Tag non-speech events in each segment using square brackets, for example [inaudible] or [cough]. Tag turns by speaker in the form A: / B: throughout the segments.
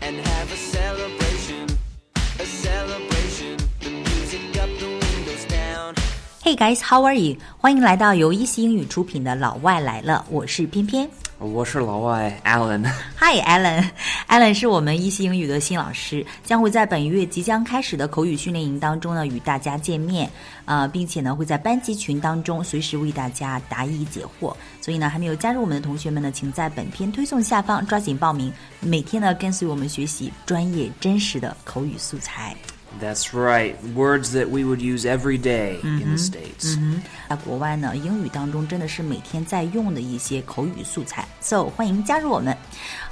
A: and have a celebration. A celebration. The music up, the windows down.
B: Hey guys, how are you？欢迎来到由一席英语出品的《老外来了》，我是偏偏。
C: 我是老外 Alan， [laughs]
B: Hi [laughs] Alan，Alan 是我们一席英语的新老师，将会在本月即将开始的口语训练营当中呢与大家见面，呃，并且呢会在班级群当中随时为大家答疑解惑。所以呢，还没有加入我们的同学们呢，请在本篇推送下方抓紧报名，每天呢跟随我们学习专业真实的口语素材。
C: That's right. Words that we would use every day in the States.
B: 在国外呢，英语当中真的是每天在用的一些口语素材，so 欢迎加入我们。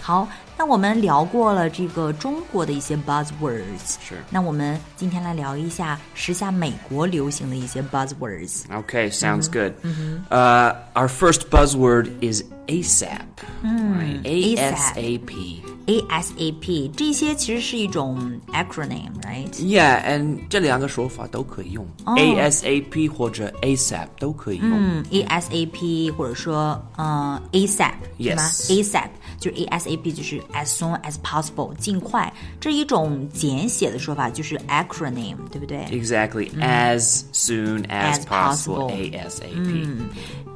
B: 好，那我们聊过了这个中国的一些 buzzwords，
C: 是
B: 那我们今天来聊一下时下美国流行的一些 buzzwords。
C: Okay,
B: Mm-hmm.
C: sounds good. Uh, our first buzzword is ASAP. right?
B: Mm-hmm.
C: ASAP.
B: ASAP 这些其实是一种 acronym，right？
C: Yeah, and 这两个说法都可以用。ASAP 或者 ASAP 都可以用。
B: 嗯，ASAP 或者说嗯、呃 ASAP 对吗
C: Yes
B: ？ASAP 就是 ASAP 就是 as soon as possible 尽快，这一种简写的说法就是 acronym，对不对？
C: Exactly. As soon
B: Hmm. As
C: as,
B: possible.
C: possible.
B: Hmm.
C: ASAP.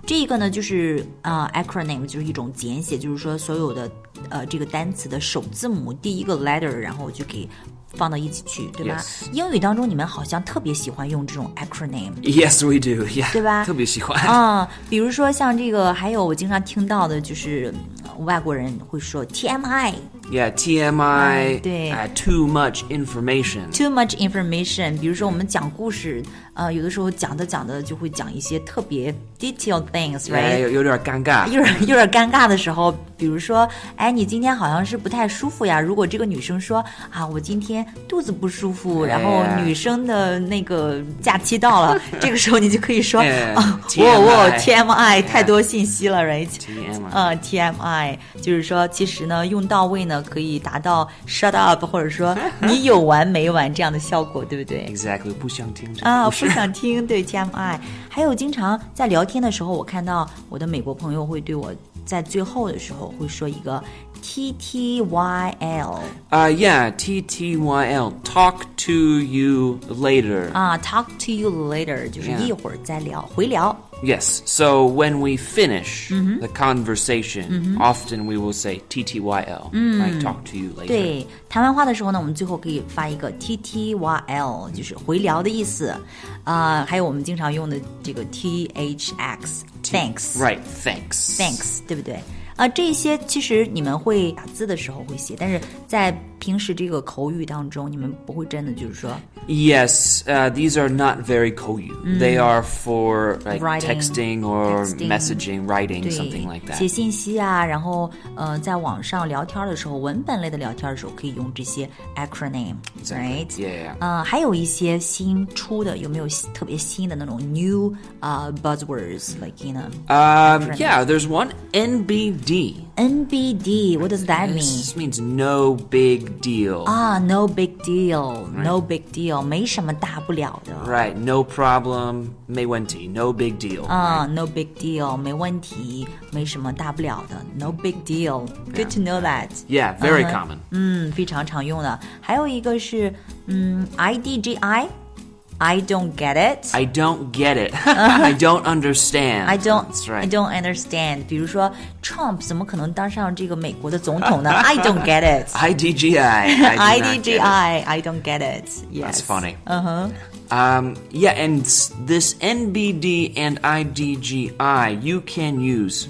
B: 这个呢，就是呃，acronym 就是一种简写，就是说所有的呃这个单词的首字母第一个 letter，然后就给放到一起去，对吧
C: Yes
B: 英语当中你们好像特别喜欢用这种 acronym。
C: Yes, we do. [laughs] Yeah.
B: 对吧？
C: 特别喜欢。
B: 嗯，比如说像这个，还有我经常听到的就是呃外国人会说 TMI。
C: [laughs] Yeah, TMI.
B: 嗯，对。
C: uh, too much information.
B: too much information。比如说我们讲故事，呃，有的时候讲着讲着就会讲一些特别 detailed
C: Yeah,
B: things，right？、
C: 哎有-有点尴尬。 [laughs]
B: 有点有点尴尬的时候，比如说，哎，你今天好像是不太舒服呀。如果这个女生说啊，我今天肚子不舒服，然后
C: 哎
B: 女生的那个假期到了，这个时候你就可以说， [laughs]
C: 哎
B: 啊，我
C: TMI
B: 我
C: 哎
B: TMI 太多信息了，right？
C: TMI
B: 呃，TMI 就是说，其实呢，用到位呢，可以达到 shut up，或者说你有完没完这样的效果，对不对？
C: Exactly，不想听这个
B: 啊，
C: 故
B: 不
C: 事
B: 想听，对 TMI。还有，经常在聊天的时候，我看到我的美国朋友会对我在最后的时候会说一个 TTYL
C: 啊、uh,，Yeah，T Uh, T Y L，talk to you later、
B: 啊，talk to you later，就是
C: Yeah
B: 一会儿再聊，回聊。
C: Yes, so when we finish
B: Mm-hmm.
C: the conversation,、often we will say T T Y L.
B: Mm.
C: I talk to you later.
B: 对，谈完话的时候呢，我们最后可以发一个 T T Y L，就是回聊的意思。啊，还有我们经常用的这个 T H X，thanks，thanks，
C: Right, thanks.
B: 对不对？啊、这些其实你们会打字的时候会写，但是在平时这个口语当中，你们不会真的就是说
C: Yes, uh, these are not very koyu. They are for
B: Mm.
C: like
B: Writing,
C: texting or
B: texting.
C: messaging, writing,
B: 对
C: something like
B: 写
C: that.
B: 信息啊，然后呃，在网上聊天的时候，文本类的聊天的时候可以用这些 acronym，right？、
C: Yeah, yeah.
B: 呃，还有一些新出的，有没有新特别新的那种 new 呃、buzzwords？Like
C: Mm.
B: you know，
C: Um, yeah, there's one NBD.
B: NBD，what does that mean？
C: This means no big deal.
B: 啊、n o big deal，no big deal，没什么大不了的。
C: Right, no problem, 没问题, no big deal.
B: 啊、n o big deal，没问题，没什么大不了的，no big deal，good to know that。Uh-huh。
C: Yeah, very common.
B: 嗯，非常常用的。还有一个是，嗯，IDGI，I don't get it。
C: I don't
B: [laughs]
C: get it. I don't understand.
B: I don't,
C: [laughs] That's right.
B: I don't understand。比如说，Trump 怎么可能当上这个美国的总统呢？I don't get it。
C: IDGI. [laughs] I do not get
B: IDGI,
C: it.
B: [laughs] I don't get it. Yes. Uh-huh.
C: That's funny.
B: 嗯哼，
C: Um, yeah, and s- this NBD and IDGI you can use.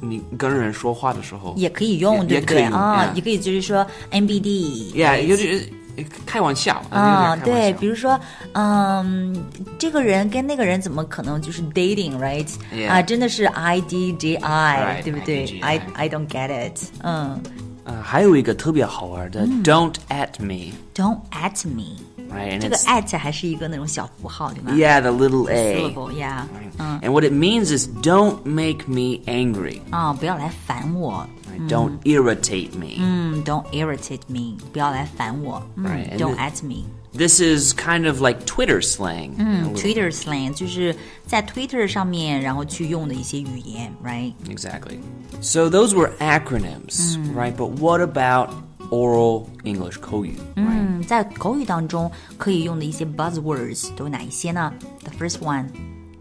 C: 你跟人说话的时候
B: 也可以用，对不对
C: 也可以用
B: 啊？
C: yeah
B: 也可以就是说 NBD。
C: Yeah, 有点-开玩笑，
B: 啊，
C: 有点开玩笑。
B: Ah, 对，比如说，嗯，这个人跟那个人怎么可能就是 dating，right？
C: Yeah
B: 啊，真的是 I D G I，
C: Right，
B: 对不对
C: IDGI
B: ？I I don't get it。嗯
C: 呃，还有一个特别好玩的，don't at me,
B: ，Don't at me。
C: right? And
B: 这个
C: it's
B: at 还是一个那种小符号，对吗
C: yeah, the little a.
B: ？syllable，yeah。嗯
C: And what it means is don't make me angry.
B: 啊、不要来烦我。
C: right? Don't
B: Mm.
C: irritate me.
B: 嗯，Don't irritate me，不要来烦我。嗯
C: Right, and
B: ，Don't
C: the-
B: at me。
C: This is kind of like Twitter slang.
B: 嗯，Twitter slang 就是在 Twitter 上面然后去用的一些语言，right？Hmm.
C: Exactly. So those were acronyms, right? But what about oral English, koyu. Right?
B: 嗯，在口语当中可以用的一些 buzzwords 都有哪一些呢？The first one,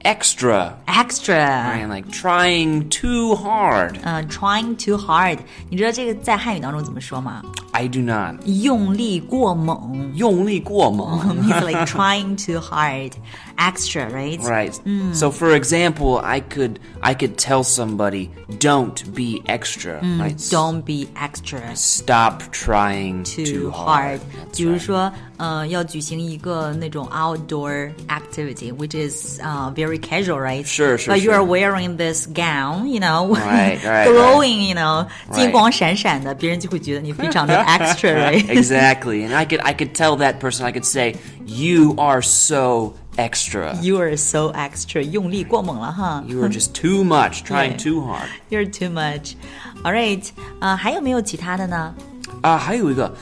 C: Extra.
B: extra，
C: And like trying too hard.
B: 嗯、t r y i n g too hard，你知道这个在汉语当中怎么说吗？
C: I do not.
B: 用力过猛
C: 用力过猛.
B: [laughs] ，means like trying too hard，extra，right？
C: Right.
B: Hmm.
C: So for example, I could I could tell somebody, don't be extra. right?
B: Hmm. Don't be extra
C: Stop trying
B: too
C: too
B: hard
C: hard.
B: 比如说，呃，要举行一个那种 outdoor activity，which is 呃 very casual，right？
C: 是是
B: But you
C: 是
B: are wearing this gown, you know,
C: Right,
B: [laughs]
C: right,
B: glowing, you know，
C: Right.
B: 金光闪闪的，别人就会觉得你非常
C: [laughs]
B: 的 extra，right？
C: exactly. And I could I could tell that person I could say you are so extra.
B: [laughs] You are so extra，用力过猛了哈。
C: You are just too much, trying
B: Yeah.
C: too hard.
B: You're too much. All right，呃，还有没有其他的呢
C: Uh, 还有一个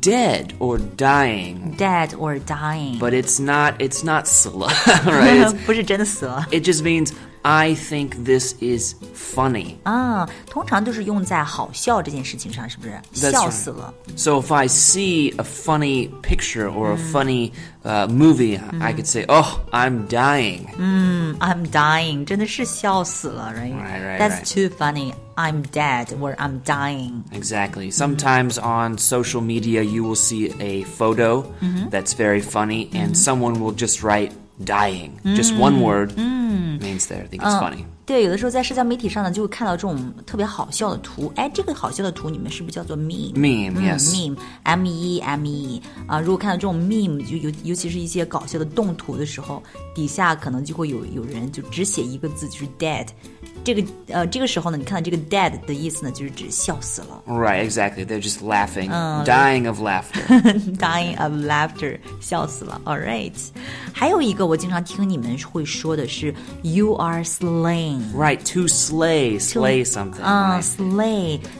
C: dead or dying,
B: ？Dead or dying？
C: but it's not it's not 死了, [laughs] right? It's-
B: [laughs] 不是真的死了
C: it just means I think this is funny.
B: 啊，通常都是用在好笑这件事情上，是不是
C: That's
B: 笑
C: right.
B: 死了。
C: So if I see a funny picture or a
B: Mm.
C: funny uh, movie,
B: Mm-hmm.
C: I could say, "Oh, I'm dying."
B: 嗯 I'm dying，真的是笑死了，right?
C: Right, right,
B: That's too funny. I'm dead or I'm dying.
C: Exactly. Sometimes on social media, you will see a photo that's very funny, and someone will just write "dying," just one word means they think it's funny.
B: 对，有的时候在社交媒体上呢，就会看到这种特别好笑的图。哎，这个好笑的图你们是不是叫做 meme？
C: Meme,
B: 嗯
C: yes.
B: Mm, meme m e m e 啊，如果看到这种 meme，就尤尤其是一些搞笑的动图的时候，底下可能就会有有人就只写一个字，就是 dead。这个呃，这个时候呢，你看到这个 dead 的意思呢，就是指笑死了
C: Right. Exactly. They're just laughing, dying of laughter.
B: ，dying of laughter，笑死了。All right，还有一个我经常听你们会说的是 you are slain。
C: right. To slay, slay something.
B: 啊
C: right?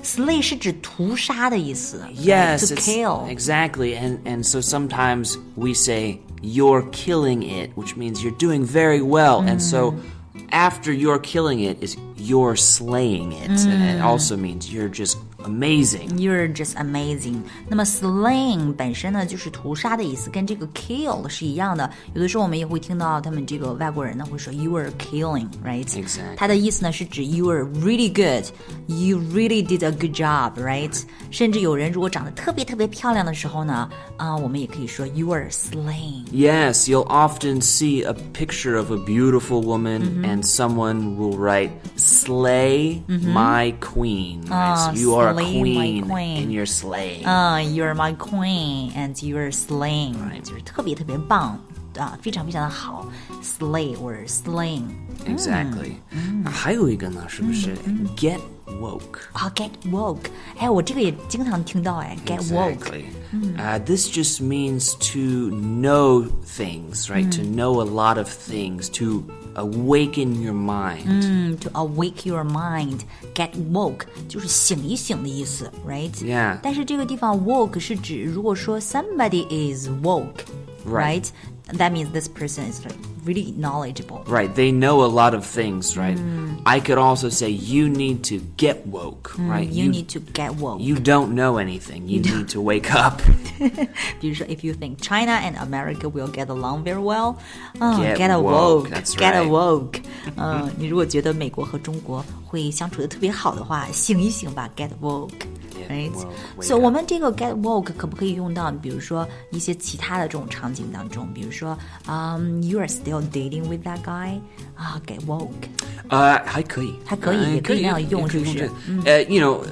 B: ，slay，slay 是指屠杀的意思。
C: Yes,
B: right，to
C: it's-
B: kill。
C: exactly. And and so sometimes we say you're killing it, which means you're doing very well. And so
B: Mm-hmm.
C: after you're killing it is you're slaying it, and it
B: Mm.
C: also means you're just amazing.
B: You're just amazing。那么 slaying 本身呢，就是屠杀的意思，跟这个 kill 是一样的。有的时候我们也会听到他们这个外国人呢会说 you are killing，right？
C: Exactly
B: 它的意思呢是指 you are really good，you really did a good job，right？甚至有人如果长得特别特别漂亮的时候呢，啊，我们也可以说 you are slaying。
C: Yes, you'll often see a picture of a beautiful woman,
B: Mm-hmm.
C: and someone will write "slay my queen."
B: Mm-hmm.
C: right?
B: Ah,
C: So you are a
B: slay my
C: queen,
B: queen. Ah.
C: and you're slaying.
B: 啊、y o u are my queen and you are slaying，、就是特别特别棒啊，非常非常的好，slay or slaying。
C: exactly.
B: Mm.
C: 还有一个呢，是不是
B: Mm-hmm.
C: get woke?
B: 啊、g e t woke，哎，我这个也经常听到，哎，get woke，Hmm.
C: Exactly. Uh, this just means to know things, right? To
B: Hmm.
C: know a lot of things, to awaken your mind.
B: 嗯，to awake your mind，get woke 就是醒一醒的意思，right？、
C: Yeah.
B: 但是这个地方 woke 是指如果说 somebody is woke，right？That
C: Right.
B: means this person is like really knowledgeable。
C: Right, they know a lot of things, right?
B: Hmm.
C: I could also say you need to get woke, right?
B: You need to get woke.
C: you don't know anything.
B: [laughs]
C: You need to wake up.
B: 比如说，if you think China and America will get along very well，嗯、
C: Get
B: g e t
C: woke, that's
B: awoke，get
C: right. [laughs]
B: awoke，嗯、Uh, 你如果觉得美国和中国会相处的特别好的
C: [laughs]
B: 话，醒一醒吧，get woke。
C: Get
B: Right，
C: woke, wake
B: 所以
C: up.
B: 我们这个 get woke 可不可以用到，比如说一些其他的这种场景当中，比如说，嗯、y o u are still dating with that guy，啊、g e t woke，
C: Uh, 还可以，
B: 还可以，
C: 呃，
B: 也可以
C: 可以，
B: 那样用，
C: 也可以
B: 是不是？
C: 用这个。呃，you Uh, know,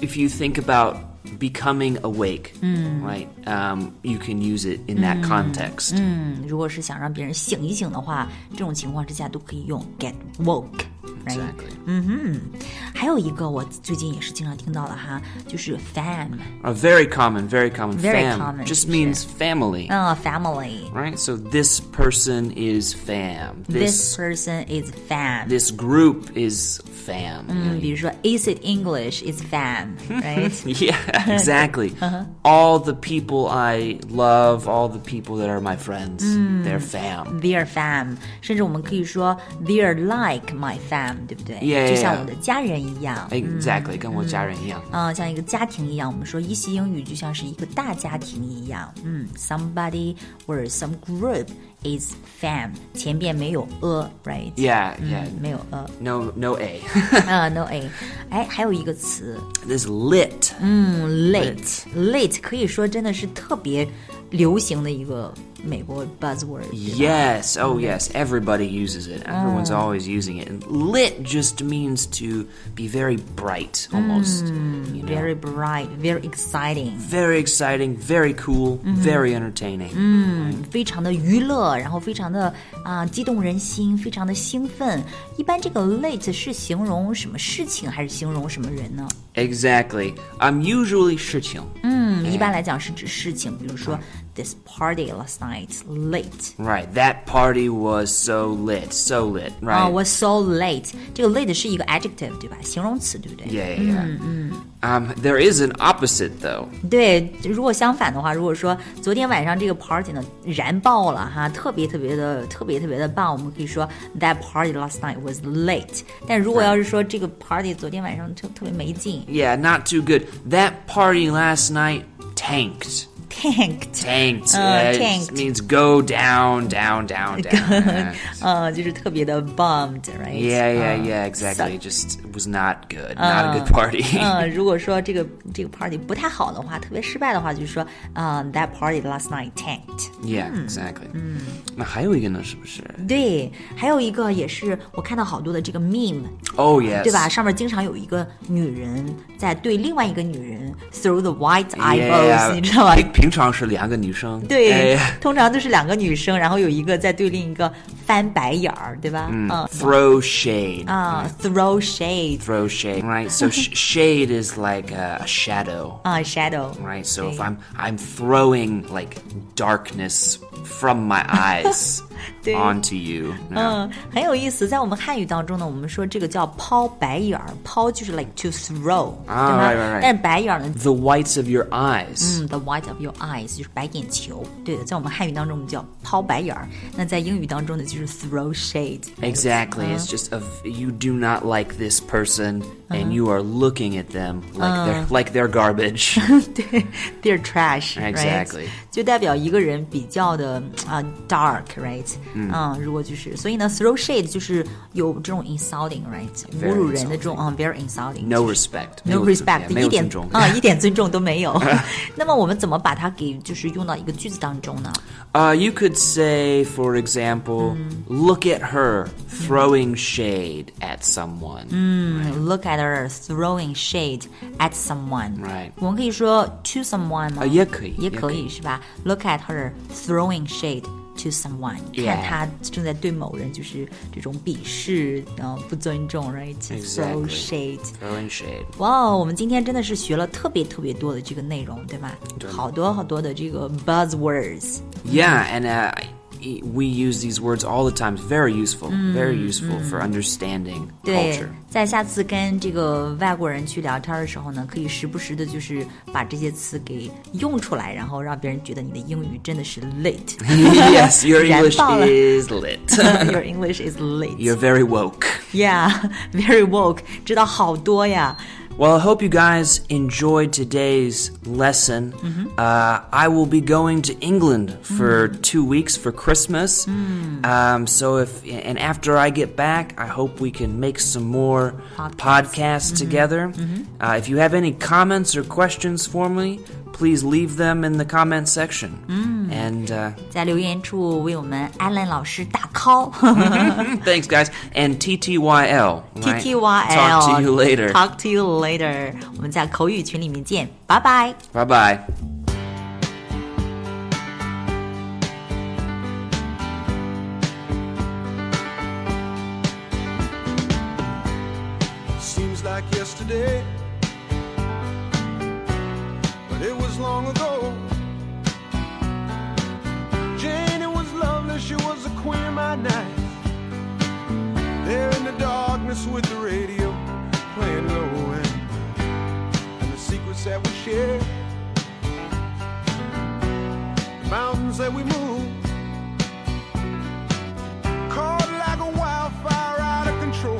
C: if you think about becoming awake,
B: Hmm.
C: right? Um, you can use it in that context.
B: 嗯，如果是想让别人醒一醒的话，这种情况之下都可以用 get woke。Right?
C: Exactly.
B: 还有一个我最近也是经常听到的哈，就是 fam，
C: Uh, very common, very common.
B: Very
C: fam
B: common, Um,
C: just
B: 是。
C: means family,
B: 嗯、f a m i l y
C: right? So this person is fam.
B: This
C: This
B: person is fam.
C: this group is fam.
B: 嗯，比如说，Is it English? Is fam, right?
C: [laughs]
B: [laughs]
C: Yeah, exactly.
B: Uh-huh.
C: All the people I love, all the people that are my
B: Mm.
C: friends, they're fam.
B: They are fam. 甚至我们可以说，They are like my fam. 对不对
C: Yeah,
B: 就像
C: yeah,
B: 我们的家人一样。
C: 哎 Exactly.
B: Mm.
C: 跟我家人一样。
B: 啊、像一个家庭一样，我们说一席英语就像是一个大家庭一样。嗯，somebody or some group is fam，前边没有 a，right？嗯
C: Yeah, yeah.
B: 没有 a，
C: No, no A. [laughs]
B: 啊、n o a。哎，还有一个词，
C: this lit.
B: late，late 可以说真的是特别流行的一个美国 buzzword 对吧。
C: Yes. Oh, yes. Everybody uses it. Everyone's always using it. And lit just means to be very bright, almost. you know?
B: Very bright, very exciting，
C: very exciting, very cool, very entertaining.
B: 非常的娱乐，然后非常的啊、激动人心，非常的兴奋。一般这个 late 是形容什么事情，还是形容什么人呢？
C: Exactly. I'm usually 事情.
B: 嗯，一般来讲是指事情，比如说 this party last night late
C: Right. That party was so lit, so lit.
B: 啊、
C: Right.
B: w a s so late。这个 late 是一个 adjective 对吧？形容词对不对
C: yeah, yeah. yeah. Um, there is an opposite though.
B: 对，如果相反的话，如果说昨天晚上这个 party 呢燃爆了哈，特别特别的特别特别的棒，我们可以说 that party last night was late。但如果要是说这个 party 昨天晚上特特别没劲
C: Yeah, not too good. That party last night tanked.
B: ，tanked， [laughs]
C: Tanked.
B: Oh,
C: Yeah, it
B: tanked.
C: means go down,
B: [laughs]
C: down, down, down.
B: 呃，就是特别的 bummed，right？
C: yeah, yeah,
B: 嗯
C: yeah, exactly.
B: sucked
C: It just was not good. not a
B: Oh.
C: good party.
B: [laughs] 嗯，如果说这个这个 party 不太好的话，特别失败的话，就是说，嗯、t h a t party last night tanked。
C: [laughs] yeah, exactly.
B: Hmm.
C: 那还有一个呢，是不是？
B: 对，还有一个也是我看到好多的这个 meme，
C: Oh yes.
B: 对吧？上面经常有一个女人在对另外一个女人 through the white eyeballs，、
C: Yeah,
B: 你知道吧？ [laughs]
C: 平平常是两个女生。
B: 对，
C: 哎
B: 通常都是两个女生，然后有一个在对另一个翻白眼儿，对吧？嗯啊、
C: throw shade. 嗯
B: throw shade
C: throw shade. Right.
B: [laughs]
C: So sh shade is like a, a shadow.
B: 啊、shadow，
C: Right. So if I'm I'm throwing like darkness from
B: [laughs]
C: my eyes
B: 对。
C: onto you. you know.
B: 嗯，很有意思。在我们汉语当中呢，我们说这个叫抛白眼儿，抛就是 like to throw，、
C: 啊
B: 对吧
C: right, right, right
B: 但白眼儿呢
C: The whites of your eyes.
B: ，the white of your eyes 就是白眼球。对的，在我们汉语当中我们叫抛白眼儿，那在英语当中呢就是 throw shade。
C: Exactly.
B: Uh-huh.
C: It's just of you do not like this person, and
B: Uh-huh.
C: you are looking at them like
B: Uh.
C: they're like
B: [laughs]
C: they're garbage.
B: 对，they're trash。
C: Exactly
B: 就代表一个人比较的啊、dark，right？嗯如果就是，所以呢，throw shade 就是有这种 insulting，right？侮
C: Very
B: 辱人的这种，嗯，very insulting。
C: No respect.
B: no
C: 没有尊重
B: respect，一 Uh. 点
C: 没有尊重。
B: 啊、一点尊重都没
C: [laughs]
B: 有。那么我们怎么把它给就是用到一个句子当中呢？
C: Uh, you could say, for example,
B: Mm.
C: look at her throwing shade at someone.
B: 嗯，look at her throwing shade at someone。
C: Right.
B: 我们可以说 to someone 吗？
C: 啊也可以
B: 也
C: 也
B: 可
C: 可
B: 以
C: 以
B: 是吧？Look at her throwing shade to someone，看
C: Yeah
B: 她正在对某人就是这种鄙视，然后不尊重，right？Throw
C: Exactly
B: shade。
C: Throwing shade.
B: 哇哦，我们今天真的是学了特别特别多的这个内容，对吧？
C: 对
B: 好多好多的这个 buzzwords。Mm.
C: Yeah, and uh, I- we use these words all the time. It's very useful.
B: Mm,
C: Very useful for understanding
B: 对
C: culture.， [laughs]
B: 在下次跟这个外国人去聊天的时候呢，可以时不时的，就是把这些词给用出来，然后让别人觉得你的英语真的是
C: [laughs]
B: lit。
C: yes, your
B: 燃
C: English
B: 爆了
C: is lit.
B: [laughs] Your English is lit.
C: You're very woke.
B: Yeah, very woke，知道好多呀。
C: Well, I hope you guys enjoyed today's lesson.
B: Mm-hmm.
C: Uh, I will be going to England for two weeks for Christmas.
B: Mm.
C: Um, so if and after I get back, I hope we can make some more
B: Podcasts. Mm-hmm.
C: podcasts together. Uh, if you have any comments or questions for me, please leave them in the comment section.
B: Mm.
C: And
B: [laughs]
C: uh, [laughs]
B: 在留言处为我们 Allen 老师大 call。
C: thanks, guys. And TTYL.
B: T
C: right?
B: T Y L。
C: Talk to you later.
B: Talk to you later。我们在口语群里面见，拜拜。
C: Bye bye.
D: seems like yesterday. But it was long ago. Janie was lovely, she was a queen of my night. There in the darkness with the radio playing low end. And the secrets that we shared. The mountains that we moved. Caught like a wildfire out of control.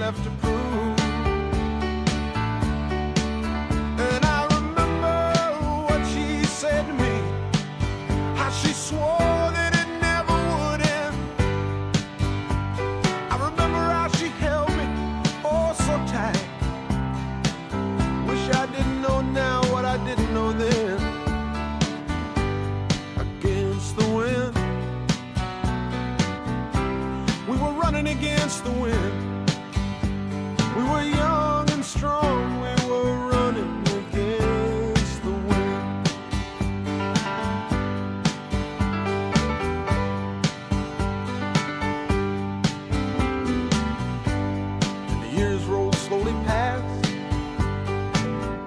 D: left to prove. And I remember what she said to me, how she swore that it never would end. I remember how she held me oh so tight. Wish I didn't know now what I didn't know then. Against the wind, we were running against the wind. We were young and strong, we were running against the wind. and the years rolled slowly past.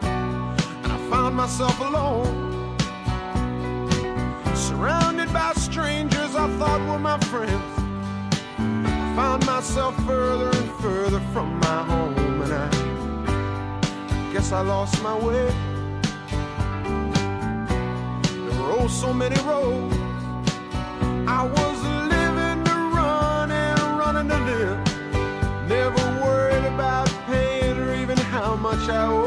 D: And I found myself alone, surrounded by strangers I thought were my friends. I found myself further and further from my home, and I guess I lost my way. There were oh so many roads. I was living to run and running to live. Never worried about paying or even how much I owe.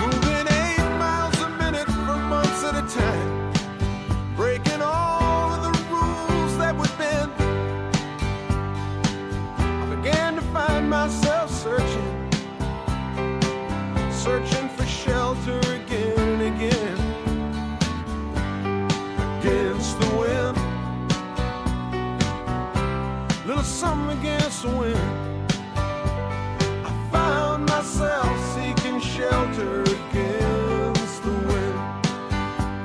D: Moving eight miles a minute for months at a time. Breaking all of the rules that would bend. I began to find myself searching. Searching for shelter again and again. Against the wind little something against the wind. I found myself seeking shelter against the wind.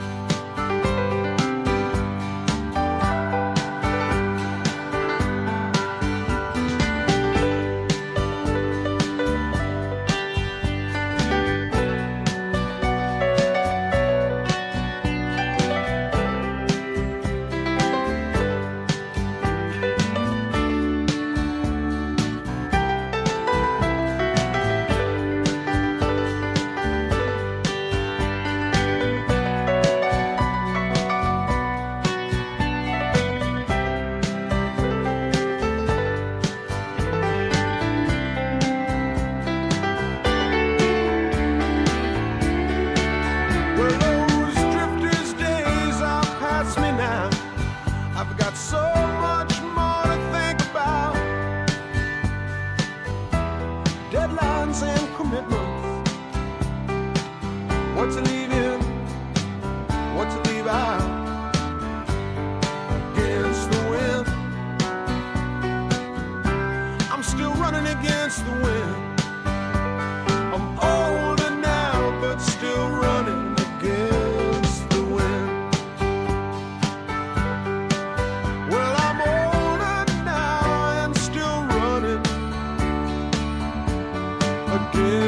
D: Well, those drifters' days are past me now. I've got so much more to think about. Deadlines and commitments. What to leave in, what to leave out. Against the wind. I'm still running against the wind. I'm older now, but still running against the wind. Well, I'm older now and still running against.